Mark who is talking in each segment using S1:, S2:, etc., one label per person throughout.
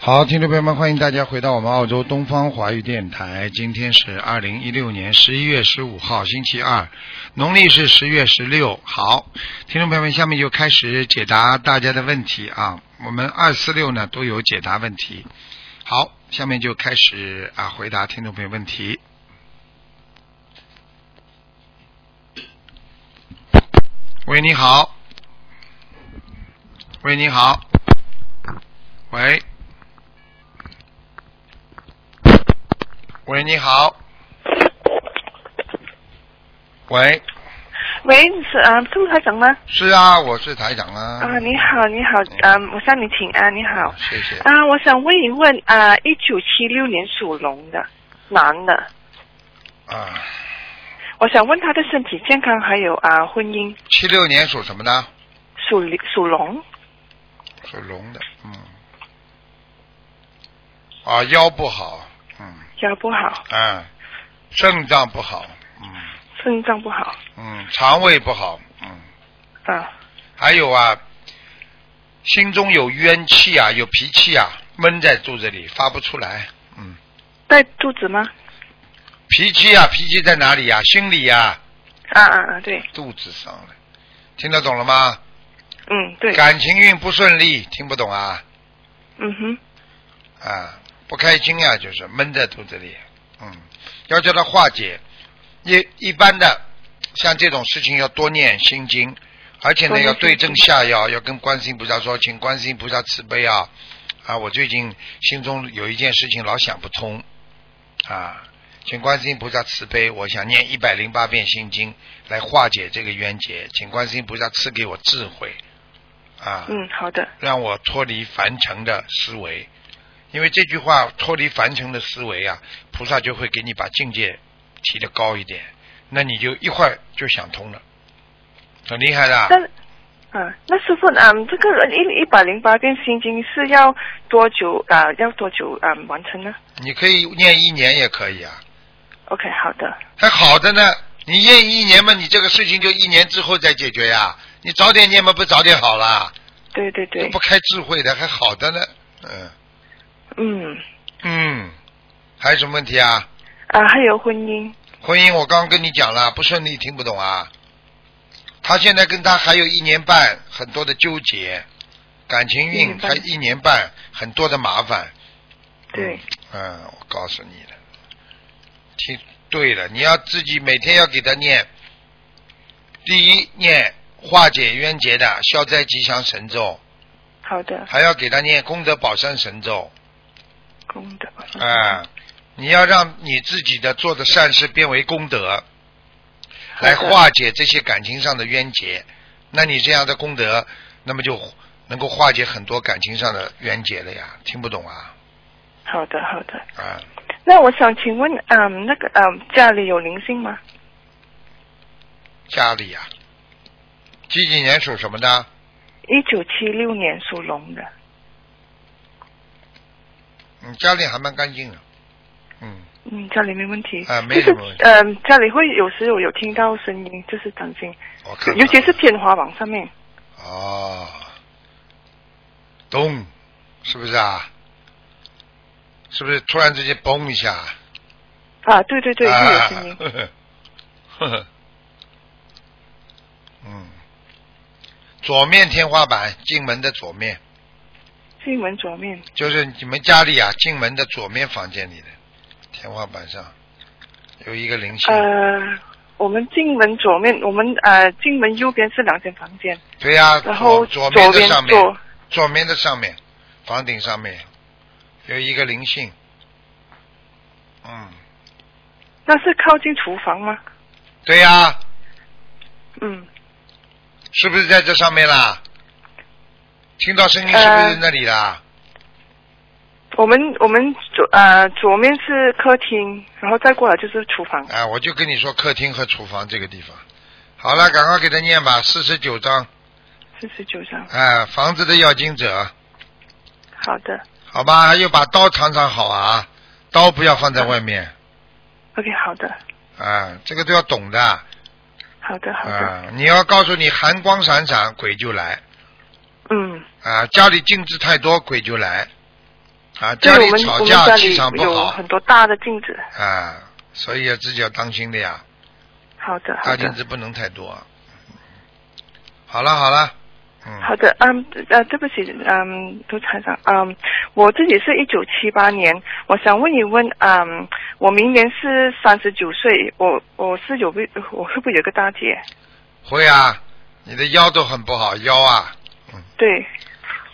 S1: 好，听众朋友们，欢迎大家回到我们澳洲东方华语电台。今天是二零一六年十一月十五号，星期二，农历是十月十六。好，听众朋友们，下面就开始解答大家的问题啊。我们二四六呢都有解答问题。好，下面就开始啊回答听众朋友问题。喂，你好。喂，你好。喂。喂，你好。喂，
S2: 喂，你是啊，钟台长吗？
S1: 是啊，我是台长啊。
S2: 啊，你好，你好，啊，我向你请安，你好。
S1: 谢谢。
S2: 啊，我想问一问啊，一九七六年属龙的男的，
S1: 啊，
S2: 我想问他的身体健康，还有啊婚姻，
S1: 七六年属什么的？
S2: 属属龙，
S1: 属龙的，嗯。啊，腰不好，嗯，
S2: 腰不好，
S1: 啊，肾脏不好，嗯
S2: 肾脏不好，
S1: 嗯，肠胃不好，嗯，
S2: 啊
S1: 还有啊，心中有冤气啊，有脾气啊，闷在肚子里发不出来，嗯，
S2: 带肚子吗？
S1: 脾气啊，脾气在哪里呀、心里呀、
S2: 啊啊啊，对，
S1: 肚子上了，听得懂了吗？
S2: 嗯对，
S1: 感情运不顺利，听不懂啊
S2: 嗯哼，
S1: 啊，不开心啊，就是闷在肚子里，嗯，要叫他化解。一一般的，像这种事情要多念心经，而且
S2: 多
S1: 呢
S2: 念
S1: 要对
S2: 心
S1: 症下药，要跟观世音菩萨说，请观世音菩萨慈悲啊！啊，我最近心中有一件事情老想不通啊，请观世音菩萨慈悲，我想念一百零八遍心经来化解这个冤结，请观世音菩萨赐给我智慧啊。
S2: 嗯好的，
S1: 让我脱离凡尘的思维，因为这句话脱离凡尘的思维啊，菩萨就会给你把境界提得高一点，那你就一会儿就想通了，很厉害的啊。
S2: 但啊，那师傅，嗯，这个人一一百零八遍心经是要多久啊？要多久啊完成呢
S1: 你可以念一年也可以啊，
S2: ？OK，好的，
S1: 还好的呢。你念一年嘛，你这个事情就一年之后再解决呀、你早点念嘛，不早点好啦？
S2: 对对对
S1: 这不，开智慧的，还好的呢。嗯
S2: 嗯
S1: 嗯，还有什么问题啊？
S2: 啊，还有婚
S1: 嗯
S2: 姻，
S1: 婚姻我刚刚跟你讲了，不顺利，听不懂啊。他现在跟他还有一年半，很多的纠结，感情运
S2: 一年半
S1: 还一年半，很多的麻烦。
S2: 对。
S1: 嗯，我告诉你了，听对了，你要自己每天要给他念，第一念化解冤结的消灾吉祥神咒，
S2: 好的，
S1: 还要给他念功德宝山神咒。
S2: 功德。
S1: 啊，你要让你自己的做的善事变为功德，来
S2: 好的
S1: 化解这些感情上的冤结。那你这样的功德，那么就能够化解很多感情上的冤结了呀。听不懂啊？
S2: 好的，好的。
S1: 啊，
S2: 那我想请问，嗯，那个，嗯，家里有灵性吗？
S1: 家里呀、几几年属什么的？
S2: 一九七六年属龙的。
S1: 嗯，家里还蛮干净的。嗯，
S2: 嗯，家里没问题。
S1: 啊没什么问题
S2: 就是， 嗯、家里会有时候有听到声音，就是担心，
S1: 我看看
S2: 尤其是天花板上面。
S1: 哦，咚，是不是啊？是不是突然之间嘣一下？
S2: 啊，对对对，会有
S1: 啊
S2: 声音。
S1: 呵呵呵呵， 嗯，左面天花板，进门的左面，
S2: 进门左面。
S1: 就是你们家里啊，进门的左面房间里的天花板上有一个灵性，
S2: 呃，我们进门左面，我们呃进门右边是两间房间，
S1: 对呀、
S2: 然后
S1: 左啊左面
S2: 边
S1: 的上面，
S2: 左
S1: 左面的上面，房顶上面有一个灵性，嗯，
S2: 那是靠近厨房吗？
S1: 对呀、
S2: 嗯，
S1: 是不是在这上面啦？听到声音是不是
S2: 呃
S1: 那里啦？
S2: 我们我们左呃左面是客厅，然后再过来就是厨房。
S1: 哎，我就跟你说，客厅和厨房这个地方。好了，赶快给他念吧，四十九章。
S2: 四十九张，
S1: 哎，房子的要经者，
S2: 好的
S1: 好吧？还有把刀藏藏好啊，刀不要放在外面
S2: ，OK，好的，
S1: 啊，这个都要懂的
S2: 好的，好的，
S1: 啊。你要告诉你，寒光闪闪，鬼就来
S2: 嗯，
S1: 啊；家里镜子太多，鬼就来啊，
S2: 对
S1: 家
S2: 我
S1: 里
S2: 们
S1: 吵
S2: 我们
S1: 架
S2: 家
S1: 气场
S2: 里
S1: 不
S2: 有
S1: 好
S2: 很多大的镜子。
S1: 啊，所以自己要当心的呀，
S2: 好的，好
S1: 大镜
S2: 的，
S1: 子不能太多。嗯好了好了，嗯，
S2: 好的，嗯，呃，对不起，嗯，杜厂长，嗯，我自己是一九七八年，我想问一问，嗯，我明年是三十九岁，我我是有没我会不会有个大姐？
S1: 会啊，你的腰都很不好，腰啊
S2: 对，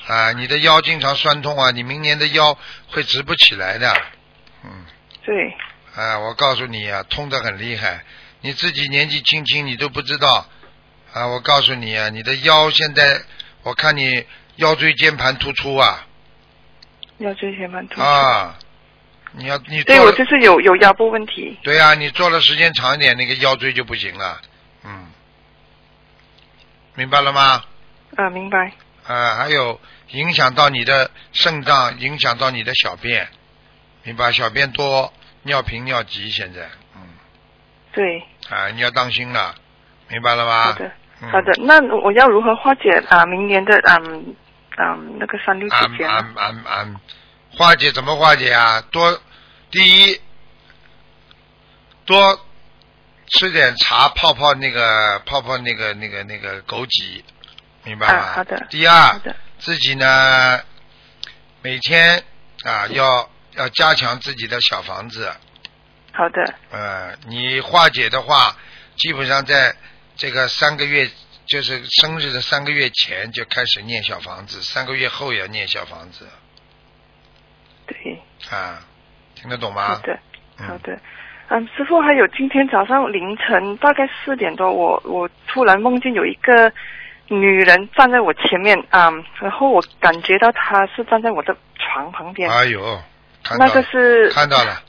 S1: 啊，你的腰经常酸痛啊，你明年的腰会直不起来的，嗯。
S2: 对，
S1: 啊，我告诉你啊，痛得很厉害，你自己年纪轻轻你都不知道啊！我告诉你啊，你的腰现在我看你腰椎间盘突出啊
S2: 腰椎间盘突出。
S1: 啊！你要你
S2: 对，
S1: 做
S2: 我
S1: 了
S2: 就是有有腰部问题。
S1: 对啊，你坐了时间长一点，那个腰椎就不行了，嗯，明白了吗？
S2: 啊，明白。
S1: 啊，还有影响到你的肾脏，影响到你的小便，明白？小便多，尿频尿急，现在，嗯，
S2: 对，
S1: 啊，你要当心了，明白了
S2: 好
S1: 吗？
S2: 的，
S1: 嗯
S2: 好的。那我要如何化解啊明年的嗯嗯那个三六
S1: 俺
S2: 九减呢？
S1: 俺俺俺，化解怎么化解啊？多，第一，多吃点茶，泡泡那个泡泡那个那个那个枸杞，明白吗？
S2: 啊好的
S1: 第二
S2: 好，的，
S1: 自己呢，每天啊要要加强自己的小房子，
S2: 好的，
S1: 呃，你化解的话，基本上在这个三个月，就是生日的三个月前就开始念小房子，三个月后也要念小房子
S2: 对，
S1: 啊，听得懂
S2: 好
S1: 吗？
S2: 的，好
S1: 嗯，
S2: 的。嗯，师傅，还有今天早上凌晨大概四点多，我我突然梦见有一个女人站在我前面啊、嗯然后我感觉到她是站在我的床旁边，
S1: 哎呦，看到了
S2: 那个是
S1: 看到了，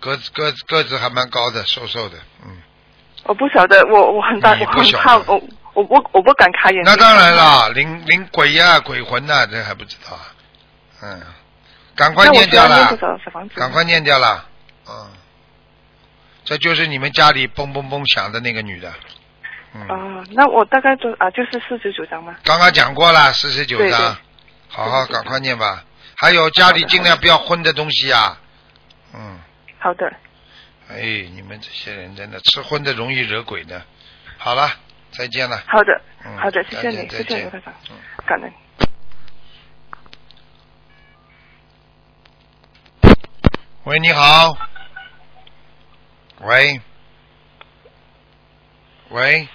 S1: 个子个子个子还蛮高的，瘦瘦的，嗯，
S2: 我不晓得，我我很大，
S1: 你
S2: 我
S1: 不
S2: 很
S1: 晓得
S2: 怕，我我我我不敢开眼睛。
S1: 那当然了，灵灵鬼呀、鬼魂呐、这还不知道啊，嗯，赶快
S2: 那我
S1: 念
S2: 需
S1: 掉
S2: 要念
S1: 了
S2: 多，少小房子？
S1: 赶快念掉了，嗯，这就是你们家里嘣嘣嘣响的那个女的，嗯，
S2: 啊，那我大概就啊，就是四十九张嘛。
S1: 刚刚讲过了，四十九
S2: 对对
S1: 章，好好
S2: 49章
S1: 赶快念吧。还有家里尽量不要荤的东西啊，嗯，
S2: 好的，
S1: 哎，你们这些人真的吃荤的容易惹鬼的。好了，再见了，
S2: 好的，
S1: 嗯，
S2: 好的，谢谢
S1: 再
S2: 你，
S1: 见
S2: 谢
S1: 再
S2: 谢你，
S1: 见
S2: 卢台长
S1: 嗯，
S2: 感恩。
S1: 喂，你好。喂。喂，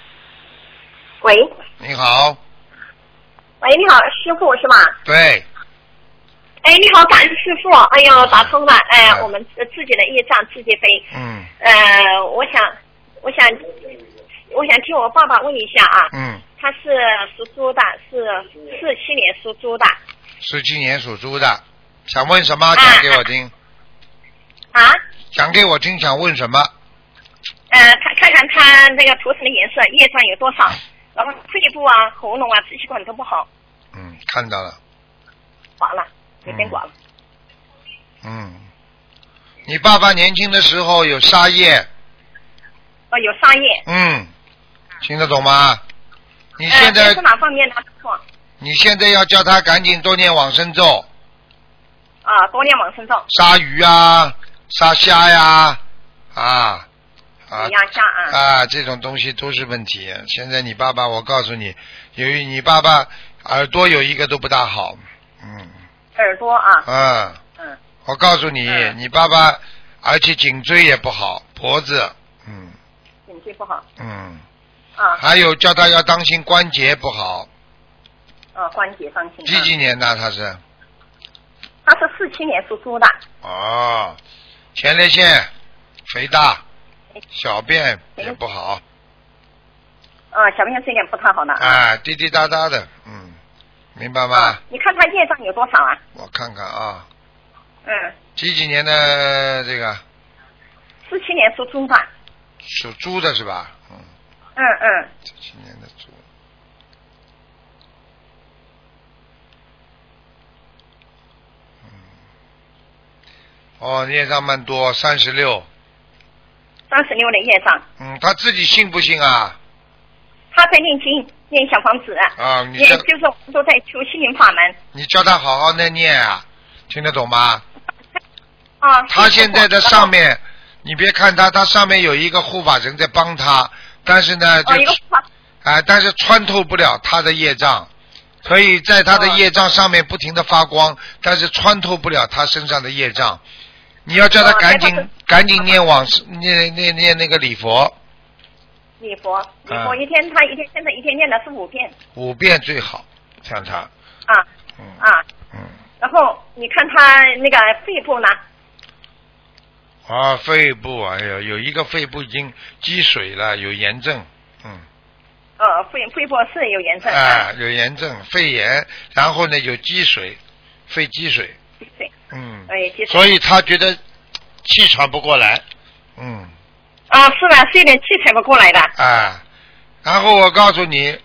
S3: 喂，
S1: 你好。
S3: 喂，你好，师傅是吧？
S1: 对，
S3: 哎，你好，感恩师傅。哎呀，打通了。哎，
S1: 嗯
S3: 我们自自己的业障自己背。
S1: 嗯
S3: 呃，我想，我想，我想替我爸爸问一下啊，
S1: 嗯，
S3: 他是属猪的，是四七年属猪的
S1: 十七年属猪的，想问什么讲给我听，
S3: 啊。
S1: 讲给我听，想问什么？
S3: 呃，看看看他那个图腾的颜色，业障有多少？然后肺部啊、喉咙啊、支气管都不好，
S1: 嗯，看到了，
S3: 完了，有点管了。
S1: 嗯，你爸爸年轻的时候有杀业，
S3: 哦，有沙业。
S1: 嗯，听得懂吗？你
S3: 呃
S1: 现在、
S3: 是哪方面呢？师傅
S1: 你现在要叫他赶紧多念往生咒，
S3: 啊，多念往生咒，
S1: 杀鱼啊，杀虾呀、啊啊
S3: 你要下啊。
S1: 啊，这种东西都是问题。现在你爸爸，我告诉你，由于你爸爸耳朵有一个都不大好，嗯
S3: 耳朵啊，
S1: 啊，
S3: 嗯，
S1: 我告诉你，
S3: 嗯
S1: 你爸爸而且颈椎也不好，脖子，嗯
S3: 颈椎不好
S1: 嗯，
S3: 啊，
S1: 还有叫他要当心关节不好。
S3: 呃，关节上
S1: 几几
S3: 心。
S1: 年的他是？
S3: 他是四七年属猪的，
S1: 哦，前列腺肥大，小便也不好，
S3: 呃，小朋友这点不太好的。
S1: 啊，滴滴答答的，嗯，明白吗
S3: 啊？，你看他业障有多少啊？
S1: 我看看啊，
S3: 嗯，
S1: 几几年的这个
S3: 四七年属猪的，
S1: 属猪的是吧？嗯，
S3: 嗯嗯，
S1: 几几年的猪。嗯哦，业障蛮多，三十六。
S3: 三十六的业障，
S1: 嗯，他自己信不信啊？
S3: 他在念经，念小房子，
S1: 啊，你
S3: 也
S1: 这
S3: 就是我们都在求心灵法门。
S1: 你叫他好好的念啊，听得懂吗？
S3: 啊，
S1: 他现在的上面，你别看他，他上面有一个护法神在帮他，但是呢，就
S3: 哦，一个法
S1: 啊、但是穿透不了他的业障，可以在他的
S3: 哦
S1: 业障上面不停的发光，但是穿透不了他身上的业障。你要叫他
S3: 哦
S1: 赶
S3: 那他
S1: 紧、
S3: 是
S1: 赶紧念往念念念那个礼佛
S3: 礼佛，礼
S1: 啊
S3: 佛一天他一天现在一天念的是五遍
S1: 五遍最好，像他，
S3: 啊
S1: 嗯
S3: 啊，
S1: 嗯，
S3: 然后你看他那个肺部呢，
S1: 啊，肺部，哎呀，有一个肺部已经积水了，有炎症，嗯。
S3: 呃，肺肺部是有炎症
S1: 啊，有炎症、肺炎，然后呢有积水，肺积水，
S3: 积水，
S1: 嗯，
S3: 哎，积水
S1: 所以他觉得气喘不过来，嗯，
S3: 啊，是的，是有点气喘不过来的，
S1: 啊，然后我告诉你，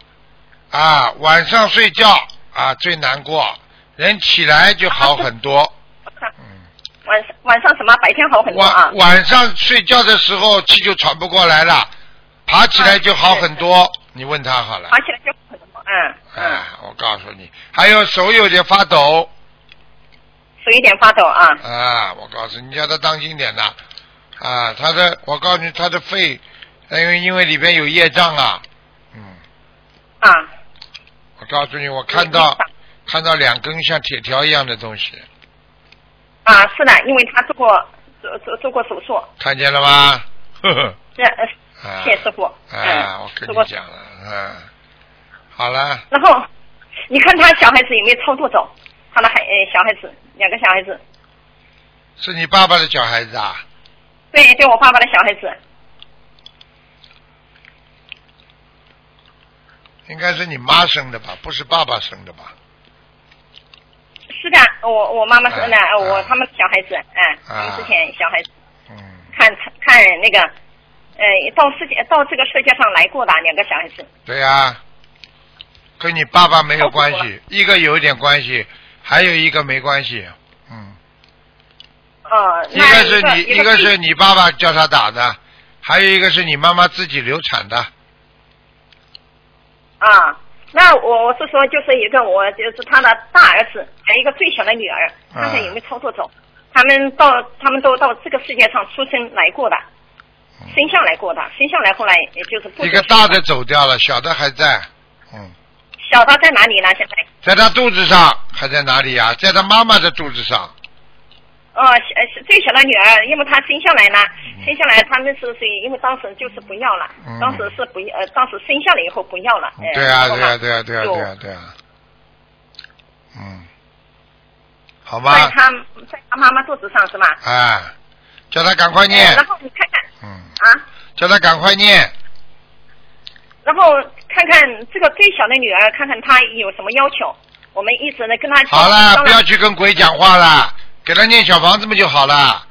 S1: 啊，晚上睡觉啊最难过，人起来就好很多，嗯，
S3: 晚上晚上什么白天好很多啊
S1: 晚，晚上睡觉的时候气就喘不过来了，爬起来就好很多，你问他好了
S3: 爬，起来就很多，嗯嗯，
S1: 啊，我告诉你，还有手有点发抖。
S3: 手有点发抖啊，
S1: 啊，我告诉你，你叫他当心点呐、啊！他的，我告诉你，他的肺，呃因为因为里边有业障啊。嗯，
S3: 啊，
S1: 我告诉你，我看到
S3: 有业障
S1: 看到两根像铁条一样的东西，
S3: 啊，是的，因为他做过做做做过手术，
S1: 看见了吗？呵呵。
S3: 是呃
S1: 啊。
S3: 谢谢师傅，
S1: 啊，
S3: 嗯
S1: 我，跟
S3: 做过
S1: 你，讲了，啊，好了，
S3: 然后你看他小孩子有没有超度走，他的孩呃小孩子两个小孩子，
S1: 是你爸爸的小孩子啊？
S3: 对对，我爸爸的小孩子，
S1: 应该是你妈生的吧？不是爸爸生的吧？
S3: 是的，我我妈妈生的，
S1: 啊
S3: 呃我
S1: 啊
S3: 他们小孩子，哎、
S1: 啊
S3: 之前小孩子
S1: 嗯，
S3: 看看那个，呃，到世界到这个世界上来过的两个小孩子，
S1: 对呀、跟你爸爸没有关
S3: 超度
S1: 系，一个有一点关系，还有一个没关系。嗯，
S3: 呃，
S1: 一
S3: 那
S1: 个是你，
S3: 一
S1: 一个是你爸爸叫他打的，还有一个是你妈妈自己流产的。
S3: 啊，那我我是说就是一个我就是他的大儿子，还有一个最小的女
S1: 啊
S3: 儿，看看有没有操作走，他们到他们都到这个世界上出生来过的，生下来过的，生下来后来也就是不
S1: 嗯一个大的走掉了，小的还在。嗯，
S3: 小的在哪里呢？现在？
S1: 在他肚子上还在哪里呀、在他妈妈的肚子上。
S3: 哦，小呃最小的女儿，因为她生下来呢，生下来他们是属于，因为当时就是不要了，
S1: 嗯
S3: 当时是不呃，当时生下来以后不要了。呃
S1: 对啊，
S3: 然后
S1: 对啊，
S3: 呢
S1: 对啊，对啊，
S3: 就
S1: 对啊，对啊。嗯，好
S3: 在
S1: 吧，
S3: 她在她妈妈肚子上是吧？
S1: 哎，叫他赶快
S3: 呃
S1: 念
S3: 然，后你看看
S1: 嗯，
S3: 啊，
S1: 叫他赶快念。
S3: 然后看看这个最小的女儿，看看她有什么要求。我们一直呢跟她
S1: 好了，
S3: 商量
S1: 不要去跟鬼讲话了，给他念小房子不就好了？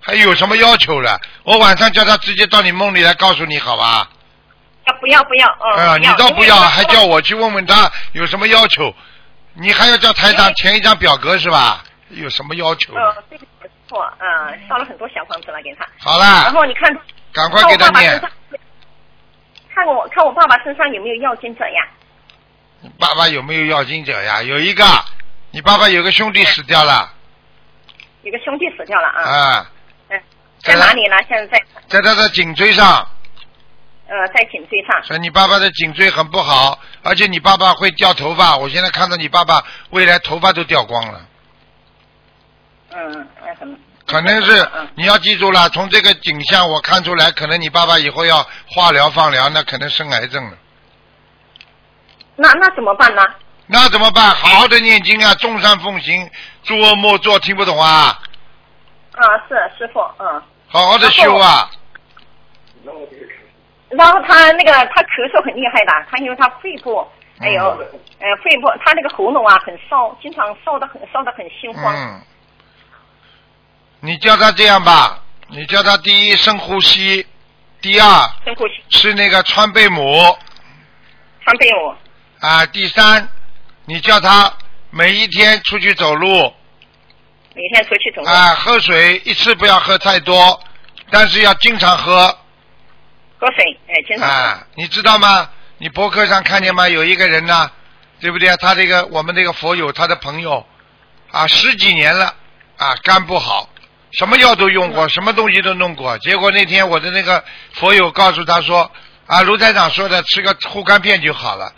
S1: 还有什么要求了？我晚上叫他直接到你梦里来告诉你，好吧？
S3: 不要不要，嗯，
S1: 啊、你倒不
S3: 因为
S1: 要，
S3: 她
S1: 还叫我去问问他有什么要求？你还要叫台
S3: 因
S1: 长
S3: 为
S1: 填一张表格是吧？有什么要求呢？
S3: 呃，对不起不错，嗯，烧了很多小房子了给她。
S1: 好
S3: 然
S1: 啦，
S3: 后你看，
S1: 赶快
S3: 看
S1: 给
S3: 我
S1: 他
S3: 爸爸身
S1: 念
S3: 上。，看我看我爸爸身上有没有药精者呀？
S1: 你爸爸有没有要经者呀？有一个，你爸爸有个兄弟死掉了
S3: 有个兄弟死掉了啊，
S1: 啊，
S3: 嗯，在哪里呢？现在在
S1: 在他的颈椎上。
S3: 呃在颈椎上，
S1: 所以你爸爸的颈椎很不好，而且你爸爸会掉头发。我现在看到你爸爸未来头发都掉光了，
S3: 嗯，那什么，
S1: 可能是
S3: 嗯
S1: 你要记住了。从这个景象我看出来，可能你爸爸以后要化疗、放疗，那可能生癌症了。
S3: 那那怎么办呢？
S1: 那怎么办？好好的念经啊，众善奉行，诸恶莫作，听不懂啊？
S3: 啊，是师傅，嗯，
S1: 好好的修啊！
S3: 然后他那个他咳嗽很厉害的，他因为他肺部，哎呦，
S1: 嗯
S3: 呃肺部他那个喉咙啊很烧，经常烧的很烧的很心慌，
S1: 嗯，你叫他这样吧，你叫他第一深呼吸，第二
S3: 深呼吸，
S1: 吃那个川贝母。
S3: 常备我，
S1: 啊，第三，你叫他每一天出去走路
S3: 每天出去走路，
S1: 啊，喝水一次不要喝太多，但是要经常喝
S3: 喝水，哎，经常喝，
S1: 啊，你知道吗？你博客上看见吗？有一个人呢，对不对啊？他这个我们这个佛友，他的朋友啊，十几年了啊，肝不好，什么药都用过，什么东西都弄过，结果那天我的那个佛友告诉他说，啊，卢台长说的吃个护肝片就好了，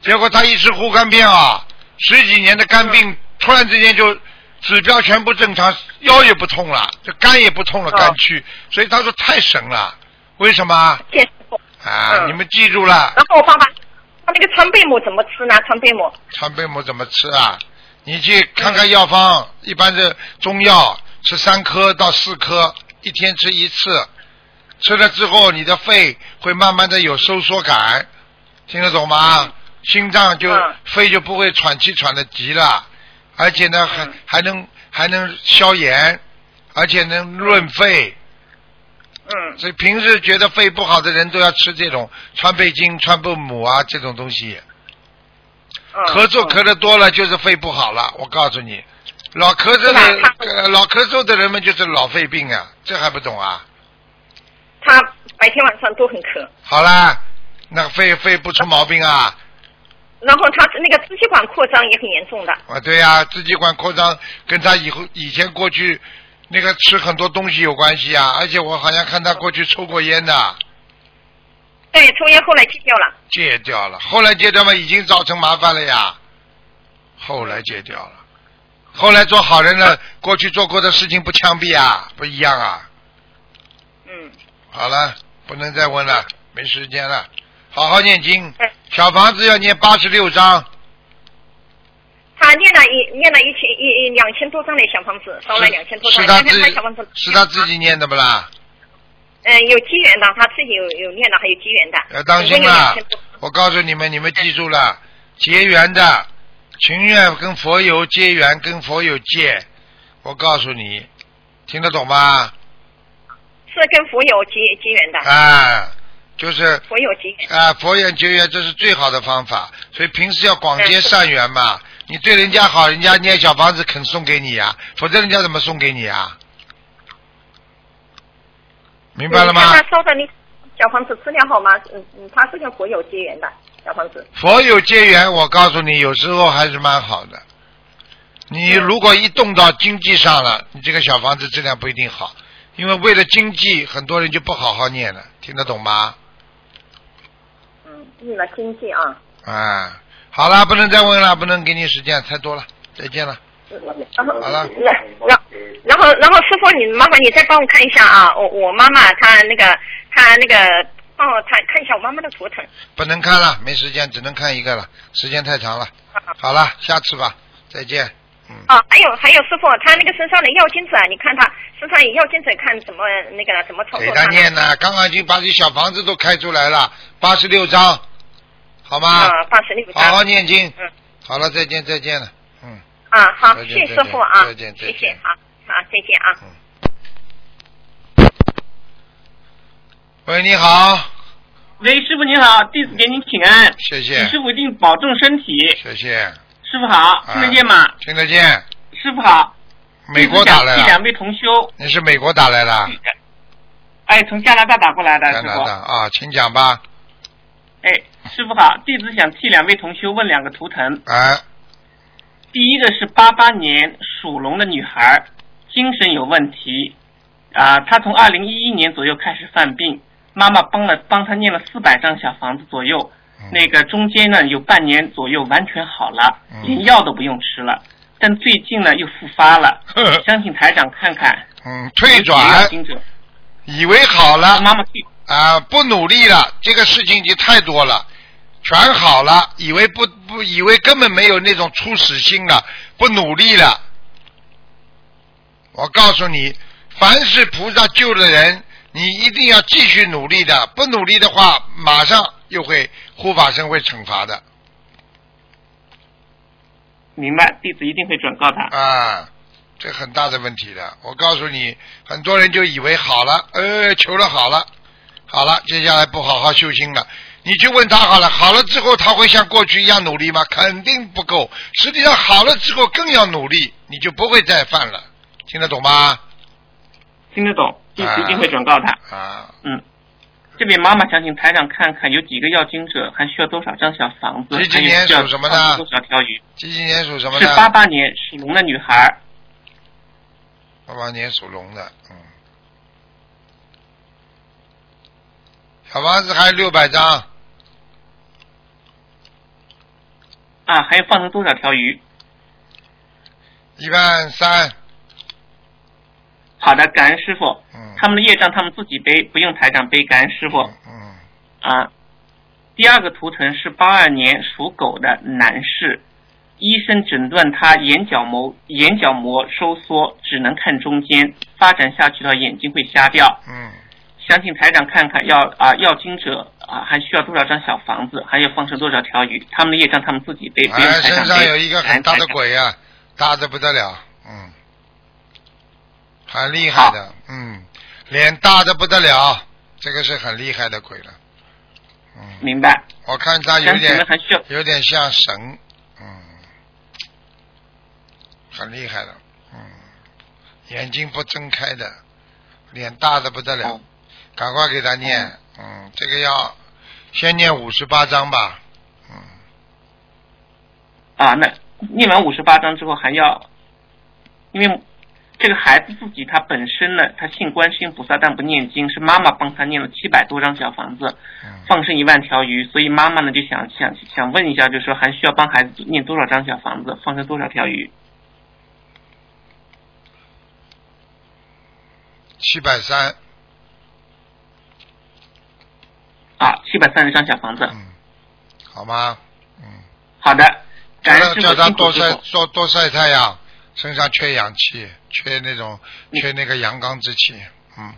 S1: 结果他一吃护肝片啊，十几年的肝病突然之间就指标全部正常，腰也不痛了，这肝也不痛了，
S3: 哦
S1: 肝区，所以他说太神了，为什么啊？
S3: 见师傅。
S1: 啊
S3: 嗯
S1: 你们记住了，
S3: 然后我爸爸，他那个川贝母怎么吃呢？川贝母，
S1: 川贝母怎么吃啊？你去看看药方，一般是中药吃三颗到四颗，一天吃一次，吃了之后你的肺会慢慢的有收缩感，听得懂吗？心脏就、
S3: 嗯
S1: 肺就不会喘气喘的急了，而且呢还、
S3: 嗯
S1: 还能还能消炎，而且能润肺，
S3: 嗯，
S1: 所以平时觉得肺不好的人都要吃这种川贝精、川贝母啊这种东西。
S3: 嗯
S1: 咳嗽咳的多了就是肺不好了，我告诉你，老咳嗽
S3: 是吧
S1: 的、呃老咳嗽的人们就是老肺病啊，这还不懂啊？
S3: 他白天晚上都很咳，
S1: 好啦，那肺肺不出毛病啊？
S3: 然后他那个支气管扩张也很严重的，
S1: 啊，对呀、支气管扩张跟他以后以前过去那个吃很多东西有关系啊，而且我好像看他过去抽过烟的，
S3: 对，抽烟后来戒掉了，
S1: 戒掉了，后来戒掉嘛已经造成麻烦了呀，后来戒掉了，后来做好人了，过去做过的事情不枪毙啊，不一样啊。
S3: 嗯，
S1: 好了，不能再问了，没时间了。好好念经
S3: 哎，
S1: 小房子要念八十六章，
S3: 他念了一念了一千一一两千多张的小房子，烧了两千多张，啊
S1: 是他
S3: 但
S1: 自
S3: 是他
S1: 己
S3: 小房子
S1: 是他自己念的不啦？
S3: 嗯，有机缘的，他自己有有念的，还有机缘的。
S1: 要当心啊
S3: 总共有
S1: 啦
S3: 2000多！
S1: 我告诉你们，你们记住了，结缘的情愿跟佛友结缘，跟佛友结。我告诉你，听得懂吗？
S3: 是跟佛有结结缘的，
S1: 啊，就是
S3: 佛有结缘。
S1: 啊，佛缘结缘这是最好的方法，所以平时要广结
S3: 嗯
S1: 善缘嘛。你对人家好，人家念小房子肯送给你呀、否则人家怎么送给你啊？明白了
S3: 嗯
S1: 吗
S3: 看？他烧的那小房子质量好吗？嗯嗯，他是跟佛有结缘的小房子。
S1: 佛有结缘，我告诉你，有时候还是蛮好的。你
S3: 嗯
S1: 如果一动到经济上了，你这个小房子质量不一定好，因为为了经济，很多人就不好好念了，听得懂吗？
S3: 嗯，为了经济啊，
S1: 啊，好了，不能再问了，不能给你时间太多了，再见了。
S3: 然后
S1: 好了
S3: 然然然后然后师傅，你麻烦你再帮我看一下啊，我我妈妈她那个她那个帮我看看一下我妈妈的图腾。
S1: 不能看了，没时间，只能看一个了，时间太长了。好了，下次吧，再见。嗯，
S3: 啊，还有还有师傅，她那个身上的药精子啊，你看她身上有药精子，看怎么那个怎么操
S1: 给
S3: 作
S1: 他
S3: 她呢？
S1: 念呢，刚刚已经把你小房子都开出来了，八十六章，好吗？
S4: 嗯
S3: 啊，八十六
S1: 好
S3: 张。
S1: 好念经。
S3: 嗯
S1: 好了，再见，再见了。嗯
S3: 啊，好，
S1: 再见
S3: 谢谢
S1: 再
S3: 师
S1: 见
S3: 傅啊
S1: 再见，再
S3: 谢
S1: 见
S3: 谢，好，好，再见啊。
S1: 嗯。喂，你好，
S4: 喂，师傅您好，弟子给您请安。
S1: 谢
S4: 请
S1: 谢，
S4: 师傅一定保重身体。
S1: 谢谢，
S4: 师傅好，听得见吗？
S1: 听得见。
S4: 师傅好。
S1: 啊美国打来
S4: 弟子想替两
S1: 了，
S4: 位同修，
S1: 你是美国打来了，
S4: 哎，从加拿大打过来的
S1: 加
S4: 师
S1: 拿大
S4: 傅。
S1: 啊，请讲吧。
S4: 哎，师傅好，弟子想替两位同修问两个图腾。
S1: 哎，
S4: 第一个是八八年属龙的女孩，精神有问题，啊、她从二零一一年左右开始犯病，妈妈帮了帮她念了四百张小房子左右，
S1: 嗯
S4: 那个中间呢有半年左右完全好了，
S1: 嗯
S4: 连药都不用吃了，但最近呢又复发了，相信台长看看。
S1: 嗯，退转
S4: 有几，个要经者
S1: 以为好了，
S4: 妈妈退
S1: 啊、不努力了，这个事情已经太多了，全好了，以为不不，以为根本没有那种初始心了，不努力了。我告诉你，凡是菩萨救的人，你一定要继续努力的，不努力的话，马上又会护法神会惩罚的
S4: 明白，弟子一定会转告他。
S1: 啊。这很大的问题的，我告诉你，很多人就以为好了，呃，求了好了，好了，接下来不好好修心了。你去问他好了，好了之后他会像过去一样努力吗？肯定不够。实际上好了之后更要努力，你就不会再犯了。听得懂吗？
S4: 听得懂，弟子一定会转告他。
S1: 啊，
S4: 嗯，这位妈妈想请台长看看有几个要经者，还需要多少张小房子？
S1: 几几年属什么的
S4: 还有需要多少条鱼？
S1: 几几年属什么
S4: 是
S1: 的？
S4: 八八年属龙的女孩，
S1: 八八年属龙的，嗯。小房子还有六百张，
S4: 啊，还有放生多少条鱼？
S1: 一万三，
S4: 好的，感恩师傅，
S1: 嗯。
S4: 他们的业障他们自己背，不用台长背，感恩师傅
S1: 嗯嗯，
S4: 啊。第二个图腾是八二年属狗的男士，医生诊断他眼角膜眼角膜收缩，只能看中间，发展下去的话眼睛会瞎掉。
S1: 嗯，
S4: 想请台长看看要啊要经者啊还需要多少张小房子，还有放生多少条鱼，他们的业障他们自己背，不用
S1: 哎，
S4: 台长
S1: 身上
S4: 背。
S1: 有一个很大的
S4: 哎。台长
S1: 鬼啊，大的不得了，嗯，很厉害的，嗯，脸大的不得了，这个是很厉害的鬼了，嗯，
S4: 明白，
S1: 我看他啊有
S4: 但是可能
S1: 点
S4: 还需要
S1: 有点像神，嗯，很厉害的，嗯，眼睛不睁开的，脸大的不得了，
S4: 哦
S1: 赶快给他念，嗯，这个要先念五十八章吧，嗯。
S4: 啊，那念完五十八章之后还要，因为这个孩子自己他本身呢，他信观世音菩萨但不念经，是妈妈帮他念了七百多张小房子，
S1: 嗯
S4: 放生一万条鱼，所以妈妈呢就想想想问一下，就是说还需要帮孩子念多少张小房子，放生多少条鱼？
S1: 七百三，
S4: 啊，七百三十张小房子。
S1: 嗯， 好吗？嗯，
S4: 好的，
S1: 叫
S4: 感
S1: 他
S4: 恩师
S1: 叫
S4: 傅
S1: 他
S4: 辛苦
S1: 多
S4: 师
S1: 晒
S4: 傅。
S1: 多多晒太阳，身上缺氧气，缺那种
S4: 嗯
S1: 缺那个阳刚之气，嗯，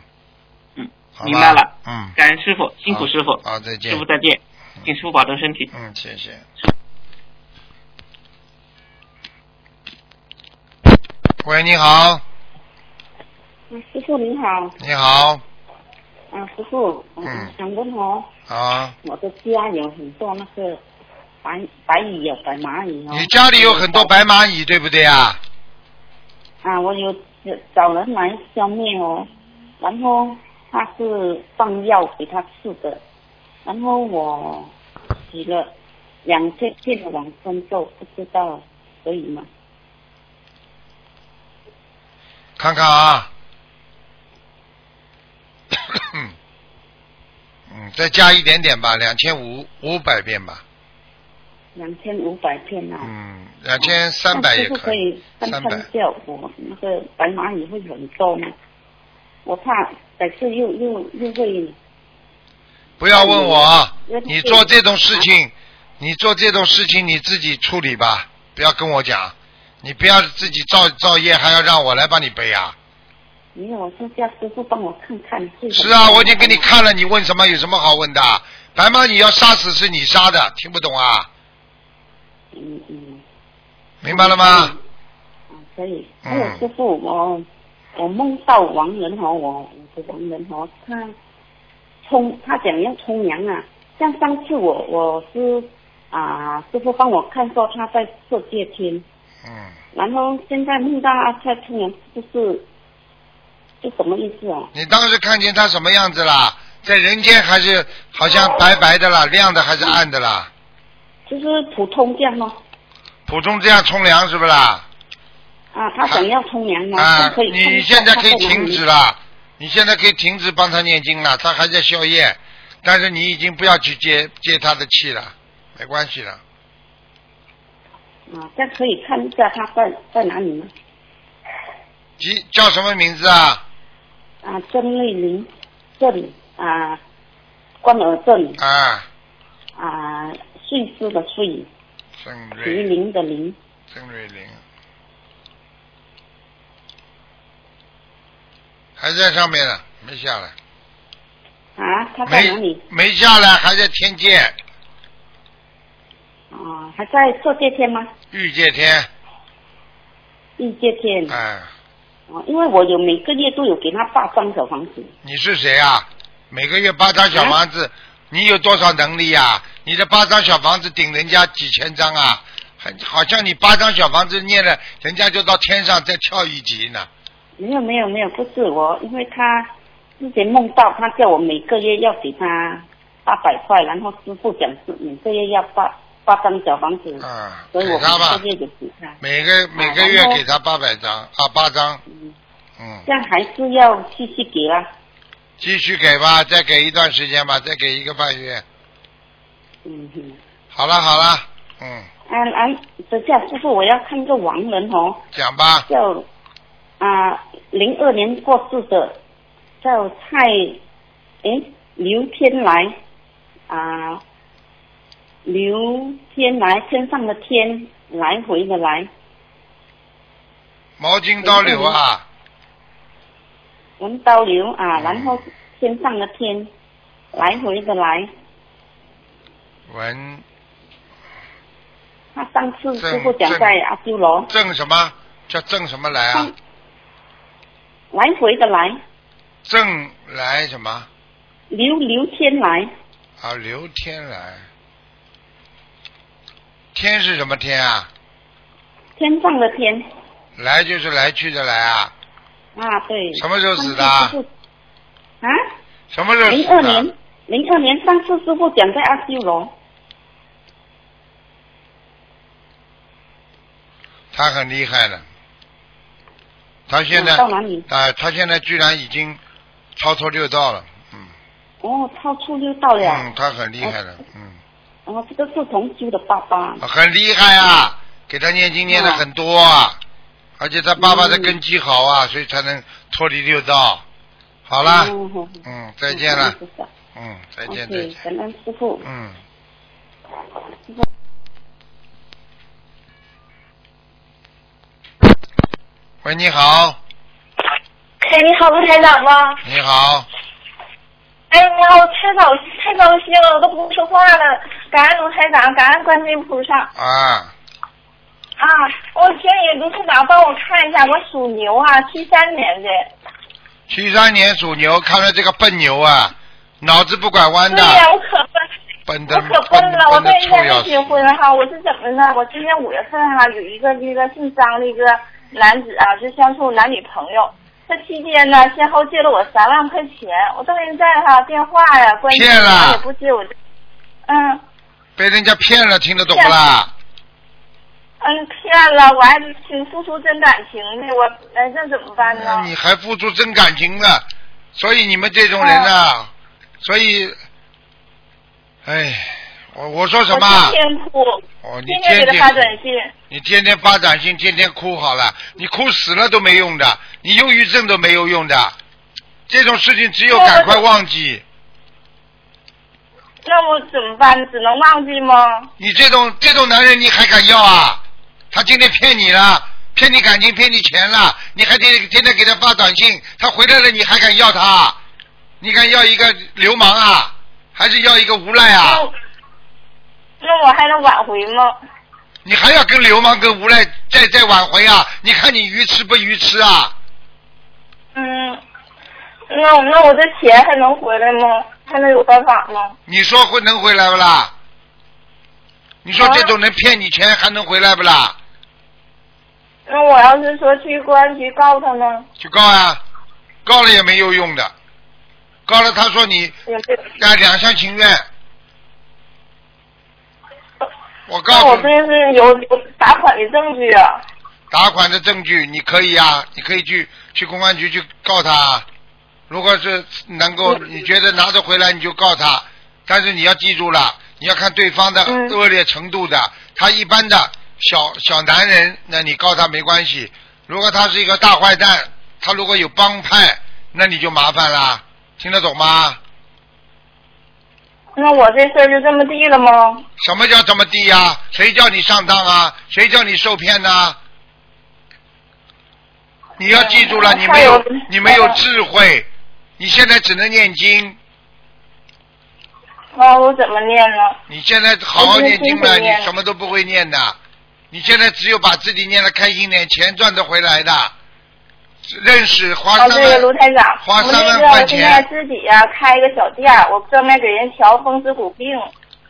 S4: 嗯，
S1: 好吧
S4: 明白了，
S1: 嗯，
S4: 感恩师傅，辛苦
S1: 好
S4: 师傅，
S1: 好，再
S4: 师
S1: 见
S4: 傅，再见，请师傅保重身体。
S1: 嗯，谢谢。喂，你好，
S5: 嗯，师傅您好，
S1: 你好，
S5: 啊，师傅，我
S1: 嗯
S5: 想问哦，
S1: 啊，
S5: 我的家有很多那个白白蚁啊，白蚂蚁哦。
S1: 你家里有很多白蚂蚁，对不对啊？
S5: 啊，我有找找人来消灭哦，然后他是放药给他吃的，然后我洗了两天借了往生咒，不知道可以吗？
S1: 看看啊， 嗯，再加一点点吧，两千五五百遍吧，
S5: 两千五百片啊。
S1: 嗯，两千三百也
S5: 那是不是可
S1: 以，
S5: 分
S1: 三
S5: 散
S1: 百，
S5: 掉我那个白蚂蚁会很多吗？我怕改次又又又会
S1: 不要问我啊
S5: 那，你
S1: 你做这种事情，你做这种事情你自己处理吧，不要跟我讲，你不要自己造造业，还要让我来帮你背啊。
S5: 没有，我说叫师傅帮我看看是
S1: 是啊，我已经给你看了，你问什么？有什么好问的？白蚂蚁要杀死是你杀的，听不懂啊？
S5: 嗯嗯，
S1: 明白了吗？
S5: 啊可以。
S1: 嗯
S5: 还有师傅，我我梦到王仁和我我的王仁和他冲他讲要冲凉啊，像上次我我是啊师傅帮我看过他在做阶梯。
S1: 嗯，
S5: 然后现在梦到蔡突然就是是什么意思啊？
S1: 你当时看见它什么样子啦？在人间还是好像白白的啦，亮的还是暗的啦？
S5: 就是普通这样咯。
S1: 普通这样冲凉是不啦？
S5: 啊，他想要冲凉嘛，
S1: 啊
S5: 嗯可，以看一下
S1: 你现在可以
S5: 他哪里
S1: 停止。了，你现在可以停止帮他念经了，他还在宵夜，但是你已经不要去接接他的气了，没关系了。
S5: 啊，这样可以看一下他在在哪里吗？
S1: 几叫什么名字啊？
S5: 啊，郑瑞林这里啊，关尔镇
S1: 啊，
S5: 啊，睡狮的睡，
S1: 郑
S5: 麒
S1: 瑞
S5: 麟的麟。
S1: 郑瑞玲，还在上面呢，没下来，
S5: 啊，他在哪
S1: 没
S5: 里？
S1: 没下来，还在天界
S5: 啊，还在做这天吗？
S1: 欲界天，
S5: 一这天啊，
S1: 哎，
S5: 因为我有每个月都有给他八张小房子。
S1: 你是谁啊？每个月八张小房
S5: 啊
S1: 子，你有多少能力啊？你的八张小房子顶人家几千张啊？还好像你八张小房子念了，人家就到天上再跳一级呢。
S5: 没有没有没有，不是我，因为他之前梦到他叫我每个月要给他八百块，然后师傅讲是每个月要八八张小房子，
S1: 啊，
S5: 所以
S1: 给
S5: 我
S1: 他吧
S5: 每个，月就给他。
S1: 每个每个
S5: 然
S1: 月
S5: 后
S1: 给他八百张啊，八张，嗯，
S5: 这样还是要继续给啦。
S1: 继续给吧，再给一段时间吧，再给一个半月，
S5: 嗯哼，
S1: 好了好了，嗯，
S5: 安安，等下师傅，我要看一个亡人哦，
S1: 讲吧，
S5: 叫啊零二年过世的，叫蔡诶刘天来啊刘天来天上的天来回的来，
S1: 毛巾刀流啊，
S5: 文刀刘啊，然后天上的天来回的来，嗯
S1: 文
S5: 他上次
S1: 正
S5: 师傅讲在阿修罗
S1: 郑什么叫郑什么来啊
S5: 上？来回的来
S1: 郑来什么
S5: 刘刘天来
S1: 啊？刘天来，天是什么天啊？
S5: 天上的天。
S1: 来就是来去的来啊？
S5: 啊，对。
S1: 什么时候死的
S5: 上次师傅？啊，
S1: 什么时候
S5: 零
S1: 死
S5: 二
S1: 的
S5: 年？，零二年上次师傅讲在阿修罗，
S1: 他很厉害的，他现在
S5: 嗯到哪里
S1: 啊，他现在居然已经超脱六道了，嗯，
S5: 哦，超出六道了。
S1: 嗯，他很厉害
S5: 哎
S1: 的，嗯，
S5: 然后这个是同修的爸爸。
S1: 啊很厉害啊，给他念经念的很多啊，而且他爸爸
S5: 嗯
S1: 的根基好啊，所以才能脱离六道。好啦，
S5: 嗯好
S1: 嗯，再见了，
S5: 嗯好
S1: 嗯，再见，再
S5: OK，
S1: 见，
S5: 感恩师傅。
S1: 嗯。喂，你好，
S6: 哎，你好，卢台长吗？
S1: 你好，
S6: 哎，你好，太高太高兴了，我都不说话了。感恩卢台长，感恩观世音菩萨
S1: 啊，
S6: 啊！我请你卢台长帮我看一下，我属牛啊，七三年的。
S1: 七三年属牛，看到这个笨牛啊，脑子不拐弯
S6: 对
S1: 的，
S6: 呀、我可
S1: 笨
S6: 笨，
S1: 的
S6: 我可笨了，我
S1: 笨
S6: 跟
S1: 的
S6: 人
S1: 臭
S6: 家
S1: 要
S6: 没
S1: 死。
S6: 结婚哈，我是怎么呢？我今年五月份哈、有一个这个姓张的一个男子啊，就相处男女朋友。这期间呢，先后借了我三万块钱，我到现在哈、电话呀、关系
S1: 借了
S6: 他也不接我这，嗯。
S1: 被人家骗了，听得懂不啦？
S6: 嗯，骗了，我还挺付出真感情的，我哎，那怎么办呢？
S1: 你还付出真感情呢，所以你们这种人
S6: 哦
S1: 啊，所以，哎，我我说什么啊
S6: 我？天天哭，
S1: 哦，你
S6: 天
S1: 天
S6: 给他
S1: 天
S6: 发短信，
S1: 你天天发短信，天天哭好了，你哭死了都没用的，你忧郁症都没有用的，这种事情只有
S6: 对我
S1: 赶快
S6: 就
S1: 忘记。
S6: 那我怎么办？只能忘记吗？
S1: 你这种这种男人你还敢要啊？他今天骗你了，骗你感情，骗你钱了，你还天天天给他发短信，他回来了你还敢要他？你敢要一个流氓啊？还是要一个无赖啊
S6: 那？我那我还能挽回吗？
S1: 你还要跟流氓跟无赖再再挽回啊？你看你愚痴不愚痴啊？
S6: 嗯，那我那我这钱还能回来吗？还能有办法吗？
S1: 你说会能回来不啦？你说这种人骗你钱还能回来不啦？
S6: 那我要是说去公安局告他呢？
S1: 去告啊，告了也没有用的，告了他说你
S6: 也没有
S1: 啊两厢情愿。我告
S6: 那我
S1: 诉
S6: 这
S1: 你，
S6: 是有有罚款的证据啊！
S1: 打款的证据，你可以啊，你可以去去公安局去告他啊。如果是能够，
S6: 嗯
S1: 你觉得拿得回来，你就告他。但是你要记住了，你要看对方的
S6: 嗯
S1: 恶劣程度的。他一般的小小男人，那你告他没关系。如果他是一个大坏蛋，他如果有帮派，那你就麻烦啦。听得懂吗？
S6: 那我这事儿就这么地了吗？
S1: 什么叫这么低呀、谁叫你上当啊？谁叫你受骗呐？你要记住了，
S6: 嗯
S1: 你没有
S6: 还有
S1: 你没有智慧，你现在只能念经，
S6: 那我怎么念呢？
S1: 你现在好好念经了，
S6: 我现在真不
S1: 你
S6: 念了
S1: 什么都不会念的，你现在只有把自己念得开心点，钱赚得回来的，认识花
S6: 啊，
S1: 三
S6: 对了，卢
S1: 万，
S6: 台长，
S1: 花
S6: 我
S1: 三万
S6: 那
S1: 块
S6: 个
S1: 钱
S6: 现在自己呀、开一个小店儿，我专门给人调风湿骨病，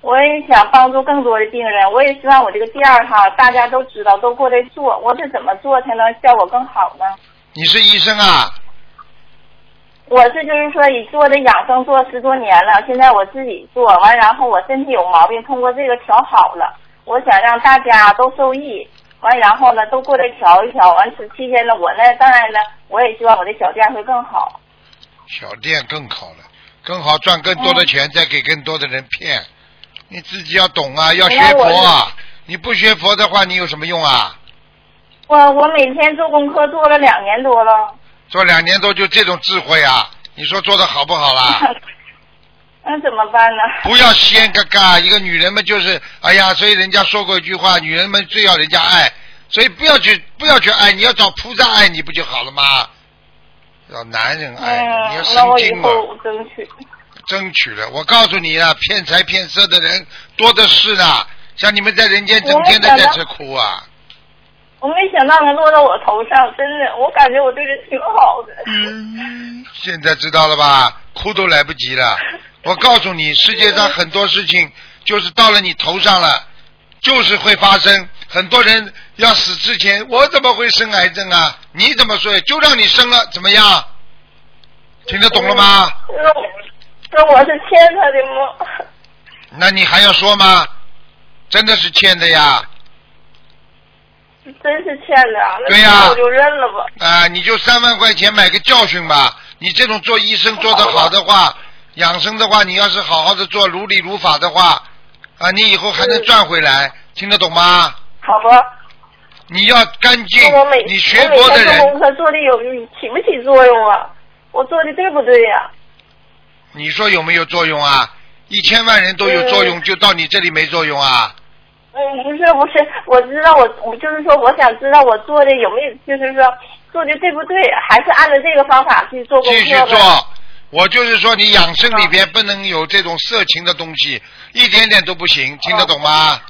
S6: 我也想帮助更多的病人，我也希望我这个店儿哈，大家都知道，都过来做，我得怎么做才能效果更好呢？
S1: 你是医生啊？
S6: 我是就是说以做的养生做十多年了，现在我自己做完，然后我身体有毛病，通过这个调好了，我想让大家都受益。完，然后呢，都过来调一调。完此期间呢，我呢，当然呢，我也希望我的小店会更好。
S1: 小店更好了，更好赚更多的钱，再给更多的人骗。你自己要懂啊，要学佛啊！你不学佛的话，你有什么用啊？
S6: 我我每天做功课做了两年多了。
S1: 做两年多就这种智慧啊！你说做的好不好 啦？
S6: 那怎么办呢？
S1: 不要先嘎嘎，一个女人们就是哎呀，所以人家说过一句话，女人们最要人家爱，所以不要去不要去爱，你要找菩萨爱你不就好了吗？找男人爱，
S6: 嗯
S1: 哎你要
S6: 那
S1: 生
S6: 我以
S1: 经了。
S6: 后争取。
S1: 争取了。我告诉你啊，骗财骗色的人多的是呢，像你们在人间整天的
S6: 我
S1: 在
S6: 想到
S1: 吃苦啊。
S6: 我没想到能落到我头上，真的，我感觉我对人挺好的。
S1: 现在知道了吧？哭都来不及了。我告诉你，世界上很多事情就是到了你头上了，就是会发生。很多人要死之前，我怎么会生癌症啊？你怎么说？就让你生了，怎么样？听得懂了吗？
S6: 那我那我是欠他的吗？
S1: 那你还要说吗？真的是欠的呀。
S6: 真是欠的啊！那
S1: 对呀
S6: 我就认了吧。
S1: 啊，你就三万块钱买个教训吧。你这种做医生做得好的话，养生的话，你要是好好的做，如理如法的话，啊，你以后还能赚回来，听得懂吗？
S6: 好不？
S1: 你要干净
S6: 那我每，
S1: 你学
S6: 我
S1: 佛的
S6: 每天做
S1: 人，
S6: 功课做的有起不起作用啊？我做的对不对呀、
S1: 你说有没有作用啊？一千万人都有作用，就到你这里没作用啊？
S6: 嗯，不是不是，我知道我我就是说，我想知道我做的有没有，就是说做的对不对，还是按照这个方法去做功
S1: 继续
S6: 课呗。
S1: 做。我就是说，你养生里边不能有这种色情的东西，一点点都不行，听得懂吗？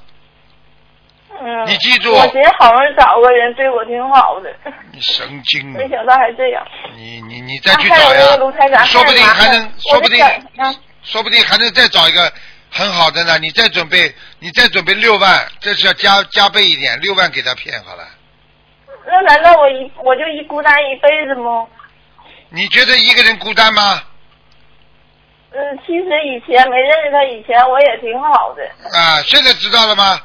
S6: 嗯，
S1: 你记住
S6: 我寻思好不容易找个人对我挺好的，
S1: 你神经！
S6: 没想到还这样。
S1: 你你你嗯再去
S6: 啊还有
S1: 找
S6: 那
S1: 呀
S6: 个卢台，长，
S1: 说不定还能，说不定
S6: 我在想啊
S1: 说不定还能再找一个很好的呢。你再准备，你再准备六万，这是要加加倍一点，六万给他骗好了。
S6: 那难道我一我就一孤单一辈子吗？
S1: 你觉得一个人孤单吗？
S6: 嗯，其实以前没认识他以前，我也挺好的。
S1: 啊，现在知道了吗？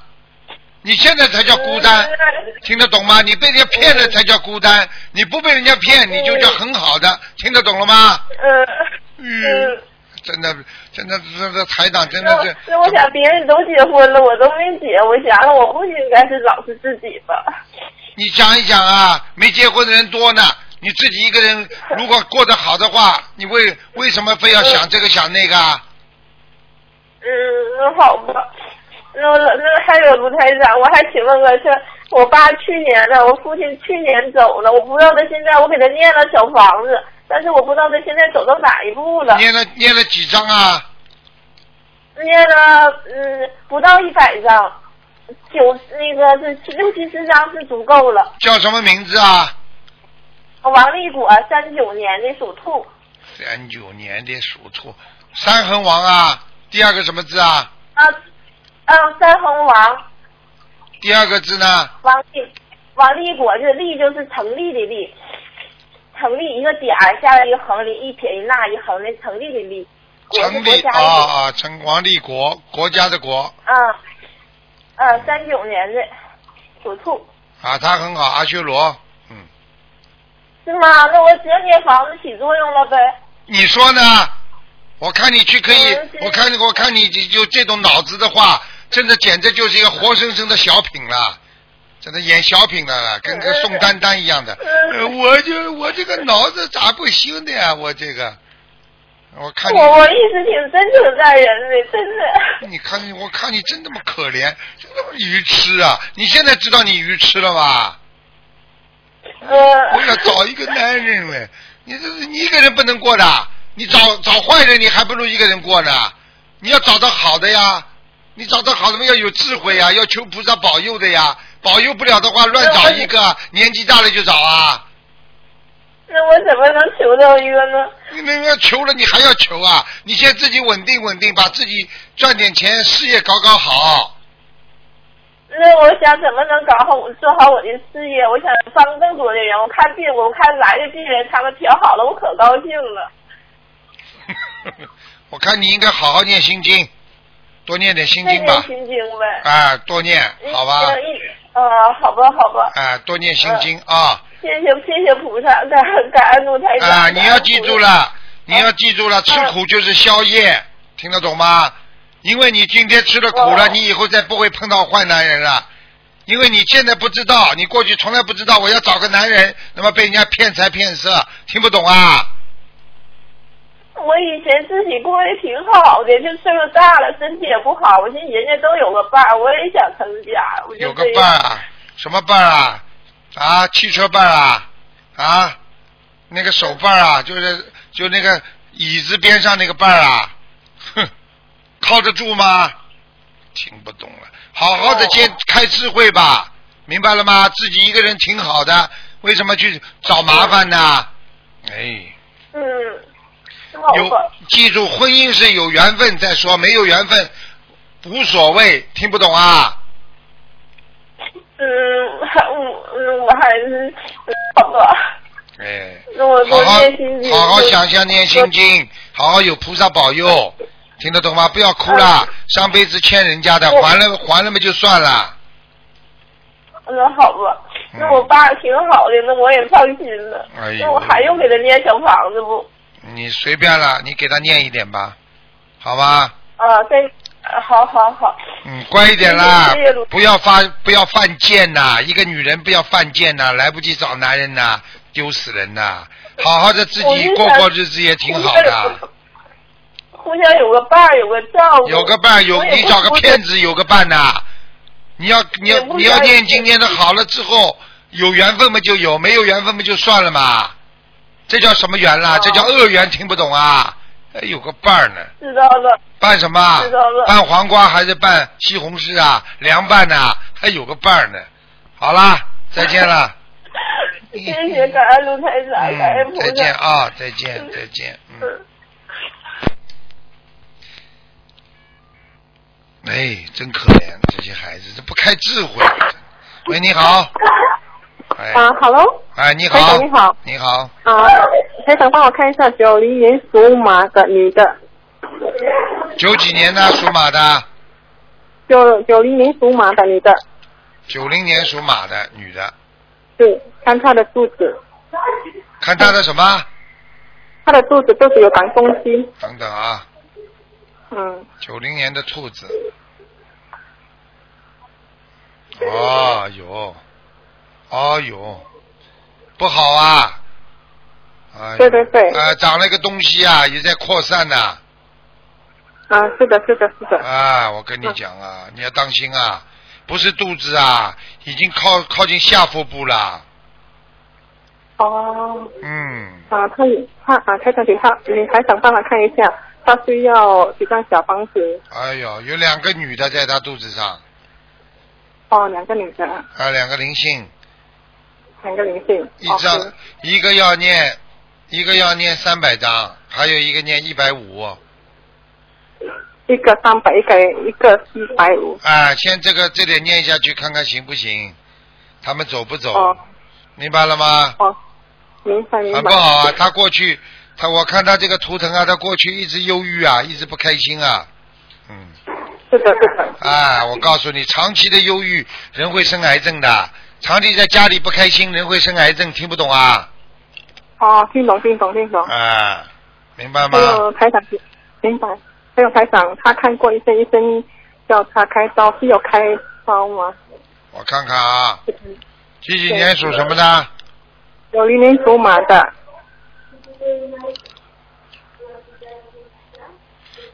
S1: 你现在才叫孤单，
S6: 嗯
S1: 听得懂吗？你被人家骗了才叫孤单，你不被人家骗，你就叫很好的，听得懂了吗？
S6: 嗯
S1: 嗯
S6: 嗯，，
S1: 真的，真的，这这台长真
S6: 那
S1: 的
S6: 我
S1: 是。
S6: 那我想别人都结婚了，我都没结，我想了，我不应该是老是自己吧？
S1: 你想一想啊，没结婚的人多呢。你自己一个 人如果过得好的话，你为为什么非要想这个想那个啊？
S6: 嗯，那好吧。那我那还有卢台长，我还请问个事儿，我爸去年呢，我父亲去年走了，我不知道他现在，我给他念了小房子，但是我不知道他现在走到哪一步了，
S1: 念了念了几张啊？
S6: 念了嗯不到一百张，九那个是七六七十张是足够了。
S1: 叫什么名字啊？
S6: 王立国，三九年的属兔，
S1: 三九年的属兔，三横王啊，第二个什么字啊？
S6: 啊，啊，三横王，
S1: 第二个字呢？
S6: 王立，王立国是立就是成立的立，成立一个点儿下一个横的，一撇一捺一横的成立的立，国是
S1: 成
S6: 国
S1: 立
S6: 家
S1: 啊
S6: 的立，
S1: 啊，成王立国国家的国
S6: 嗯，嗯，三九年的属兔，
S1: 啊，他很好，阿修罗，嗯，
S6: 是吗？那我只要念房子起作用了呗？
S1: 你说呢？我看你去可以
S6: 嗯，对
S1: 我看我看你就就这种脑子的话，真的简直就是一个活生生的小品了，真的演小品了啦，跟个宋丹丹一样的。呃
S6: 嗯，
S1: 我就我这个脑子咋不行的呀？我这个，我看
S6: 我
S1: 你，
S6: 我一直挺真诚待人的，真的。
S1: 你看你，我看你真他妈可怜，真他妈愚痴啊！你现在知道你愚痴了吧？
S6: 呃，
S1: 我要找一个男人嘞，你这是你一个人不能过的，你找找坏人，你还不如一个人过呢。你要找到好的呀，你找到好的嘛要有智慧呀，要求菩萨保佑的呀。保佑不了的话，乱找一个，年纪大了就找啊。
S6: 那我怎么能求到一个呢？
S1: 你那要求了，你还要求啊？你先自己稳定稳定，把自己赚点钱，事业搞搞好。
S6: 那我想怎么能搞好我做好我的事业？我想帮更多的人。我看病，我看来的病人，他们调好了，我可高兴了。
S1: 我看你应该好好念心经，多念点心经
S6: 念
S1: 吧。
S6: 心经呗。
S1: 啊，多念，好吧？
S6: 呃一呃，好吧，好吧，
S1: 啊，多念心经啊！
S6: 谢谢谢谢菩萨，感感恩卢台长。
S1: 啊，你
S6: 感
S1: 要
S6: 恩
S1: 记
S6: 菩萨
S1: 住。了，你要记住了，吃苦就是宵夜，听得懂吗？因为你今天吃了苦了，
S6: 哦
S1: 你以后再不会碰到坏男人了。因为你现在不知道，你过去从来不知道，我要找个男人，那么被人家骗财骗色，听不懂啊？
S6: 我以前自己过得挺好的，就岁数大了，身体也不好。我寻思人家都有个伴儿，我也想成家。我就
S1: 有个
S6: 这样
S1: 伴儿啊？什么伴儿啊？啊，汽车伴儿啊？啊，那个手伴儿啊，就是就那个椅子边上那个伴儿啊，哼，靠得住吗？听不懂了，好好的先开智慧吧，明白了吗？自己一个人挺好的，为什么去找麻烦呢？哎，
S6: 嗯，好吧
S1: 有。记住，婚姻是有缘分再说，没有缘分无所谓，听不懂啊？
S6: 嗯，我嗯我还是嗯好吧。
S1: 哎。
S6: 那我
S1: 好
S6: 多
S1: 好
S6: 念心经。
S1: 好好想想念心经，好好有菩萨保佑，
S6: 嗯
S1: 听得懂吗？不要哭了，上辈子欠人家的，还了还了嘛就算了。
S6: 那好吧，
S1: 嗯
S6: 那我爸挺好的，那我也放心了。
S1: 哎呦
S6: 那我还用给他念小房子不？
S1: 你随便了，你给他念一点吧，好吧？
S6: 啊，对，啊好好好，
S1: 嗯，乖一点啦
S6: 谢谢卢，
S1: 不要发不要犯贱呐、一个女人不要犯贱呐、来不及找男人呐、丢死人呐、好好的自
S6: 我
S1: 己
S6: 就
S1: 过
S6: 想
S1: 过日子也挺好的。。啊
S6: 互相有个伴儿，有个照 顾。
S1: 有个伴，有
S6: 我也
S1: 你
S6: 不
S1: 找个
S6: 不
S1: 骗子有个伴呐、你要你要
S6: 也不
S1: 你要
S6: 是
S1: 念经念的好了之后，有缘分嘛就有，没有缘分嘛就算了嘛。这叫什么缘啦？
S6: 哦
S1: 这叫恶缘，听不懂啊？哎，有个伴儿呢，
S6: 知道了，
S1: 拌什么啊
S6: 知道了？
S1: 拌黄瓜还是拌西红柿啊？凉拌呐、还有个伴儿呢。好啦，再见了，
S6: 谢谢感恩卢台长，感恩
S1: 嗯，
S6: 菩
S1: 再 见
S6: 萨。
S1: 啊，再见，再见，嗯。
S6: 嗯
S1: 哎，真可怜，这些孩子这不开智慧。喂，你好。哎，
S7: 啊，Hello，
S1: 哎，你
S7: 台
S1: 好。
S7: 长你好。
S1: 你好，
S7: 啊，台长帮我看一下九零年属马的女的，
S1: 九几年的属马的，
S7: 九九零年属马的女的，
S1: 九零年属马的女的，
S7: 对，看她的肚子，
S1: 看她的什么？
S7: 她的肚子肚子有长东西，
S1: 等等啊，
S7: 嗯，
S1: 九零年的兔子。
S7: 哎
S1: 哦哟，哦哟，不好啊！哎呦、
S7: 对对对
S1: 呃，长了一个东西啊，也在扩散呐、
S7: 啊，是的，是的，是的，
S1: 啊，我跟你讲啊，
S7: 嗯
S1: 你要当心啊，不是肚子啊，已经靠靠近下腹部了。
S7: 哦，
S1: 嗯，
S7: 啊，她有她啊，台长给她，你台长帮我看一下，她需要几张小房子，
S1: 哎呦，有两个女的在她肚子上，
S7: 哦，两个女的，
S1: 啊，两个灵性，
S7: 哦两个灵性，
S1: 一
S7: 哦
S1: 张，
S7: 行
S1: 一个要念，一个要念三百张，还有一个念一百五。
S7: 一个三百，一个一个一百五，
S1: 啊，先这个这点念下去，看看行不行，他们走不走，
S7: 哦
S1: 明白了吗？
S7: 哦，明白明
S1: 很
S7: 白
S1: 不，好啊，他过去，他我看他这个图腾啊，他过去一直忧郁啊，一直不开心啊，嗯。
S7: 是的，是的，
S1: 啊，我告诉你，长期的忧郁，人会生癌症的。长期在家里不开心，人会生癌症，听不懂啊？
S7: 哦，哎听懂听懂听懂。
S1: 啊，明白
S7: 还有
S1: 吗？
S7: 台长，明白。还有台长，他看过一些医生，叫他开刀，是有开刀吗？
S1: 我看看啊，几几
S7: 对
S1: 年属什么的？
S7: 有零零属马的，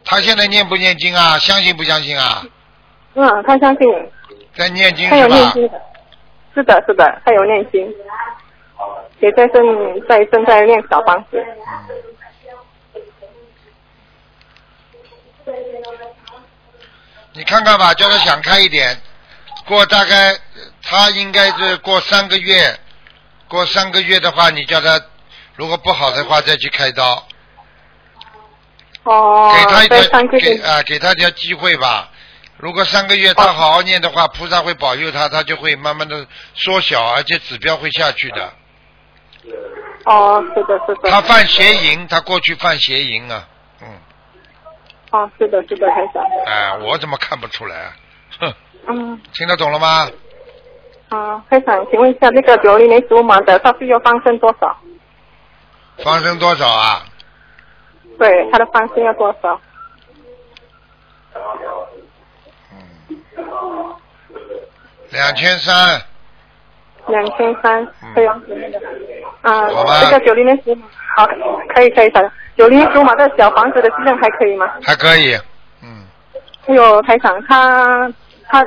S1: 他现在念不念经啊？相信不相信啊？
S7: 嗯，他相信，
S1: 在念经
S7: 他有
S1: 是
S7: 念
S1: 吧？
S7: 经的，是的，是的，他有念经，也在正在正在念小房子，
S1: 嗯你看看吧，叫他想开一点。过大概呃他应该是过三个月，过三个月的话，你叫他如果不好的话再去开刀。
S7: 哦
S1: 给他一，
S7: 在上
S1: 条
S7: 个
S1: 给
S7: 月，
S1: 啊、给他一条机会吧。如果三个月他好好念的话，菩萨会保佑他，他就会慢慢的缩小，而且指标会下去的。
S7: 哦，是的，是的，
S1: 他犯邪淫，他过去犯邪淫啊，嗯，
S6: 啊，是的，是的，台长。
S1: 哎，我怎么看不出来啊？哼，
S6: 嗯，
S1: 听得懂了吗？
S6: 好，台长，请问一下，那个九零年属马的，他需要放生多少？
S1: 放生多少啊？
S6: 对，他的放生要多少？
S1: 嗯两千三，
S6: 两千三，对哦。啊，
S1: 嗯好吧
S6: 那个九零年属马，好，可以可以，台长。九零年属马的小房子的质量还可以吗？
S1: 还可以。嗯
S6: 还有台长，他他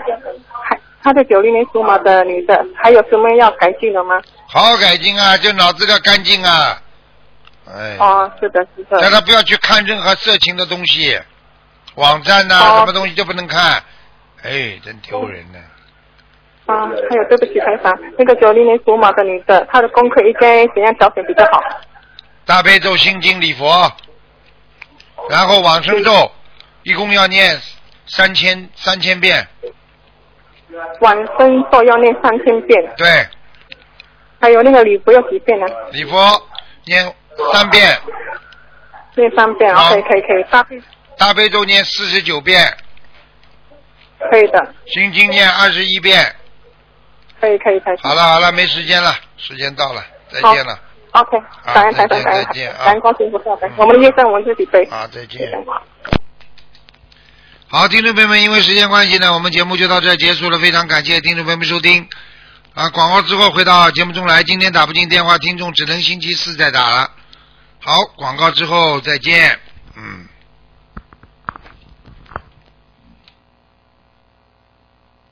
S6: 还他的九零年属马的女的，还有什么要改进的吗？
S1: 好好改进啊，就脑子要干净啊。哎，
S6: 哦，是的，是的。
S1: 叫他不要去看任何色情的东西，网站呐、
S6: 哦
S1: 什么东西都不能看。哎，真丢人呢、
S6: 啊，还有对不起，台长，那个九零年属马的女的，她的功课应该怎样调整比较好？
S1: 大悲咒、心经、礼佛，然后往生咒，一共要念三千三千遍。
S6: 晚生咒要念三千遍，
S1: 对，
S6: 还有那个礼佛要几遍呢？
S1: 礼佛念三遍，
S6: 念三遍啊，
S1: 好
S6: 可以可以可以，大悲
S1: 大悲咒念四十九遍，
S6: 可以的，
S1: 心经念二十一遍。
S6: 可以可以，台长。
S1: 好了好了，没时间了，时间到了，再见了，
S6: OK，
S1: 好
S6: 感恩台
S1: 再见
S6: 长，感恩
S1: 再见啊
S6: 感恩观世音菩萨，感恩我们的业障我们自己背。
S1: 啊，再
S6: 谢谢
S1: 见。好，听众朋友们，因为时间关系呢，我们节目就到这儿结束了。非常感谢听众朋友们收听。啊，广告之后回到节目中来。今天打不进电话，听众只能星期四再打了。好，广告之后再见。嗯